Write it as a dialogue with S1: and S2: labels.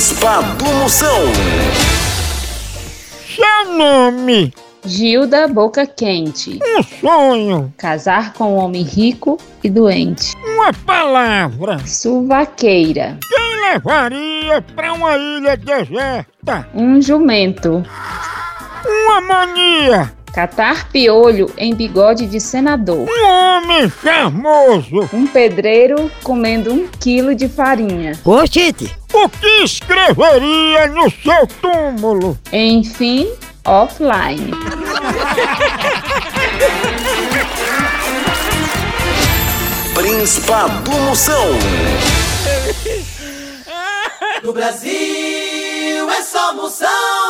S1: Spa do Moção.
S2: Seu nome,
S3: Gilda Boca Quente.
S2: um sonho,
S3: Casar com um homem rico e doente.
S2: uma palavra
S3: Suvaqueira.
S2: quem levaria pra uma ilha deserta,
S3: Um jumento.
S2: uma mania,
S3: Catar piolho em bigode de senador.
S2: um homem charmoso.
S3: Um pedreiro comendo um quilo de farinha.
S4: Ô, Tite,
S2: O que escreveria no seu túmulo?
S3: Enfim, offline.
S1: Príncipa do Moção.
S5: No Brasil é só moção.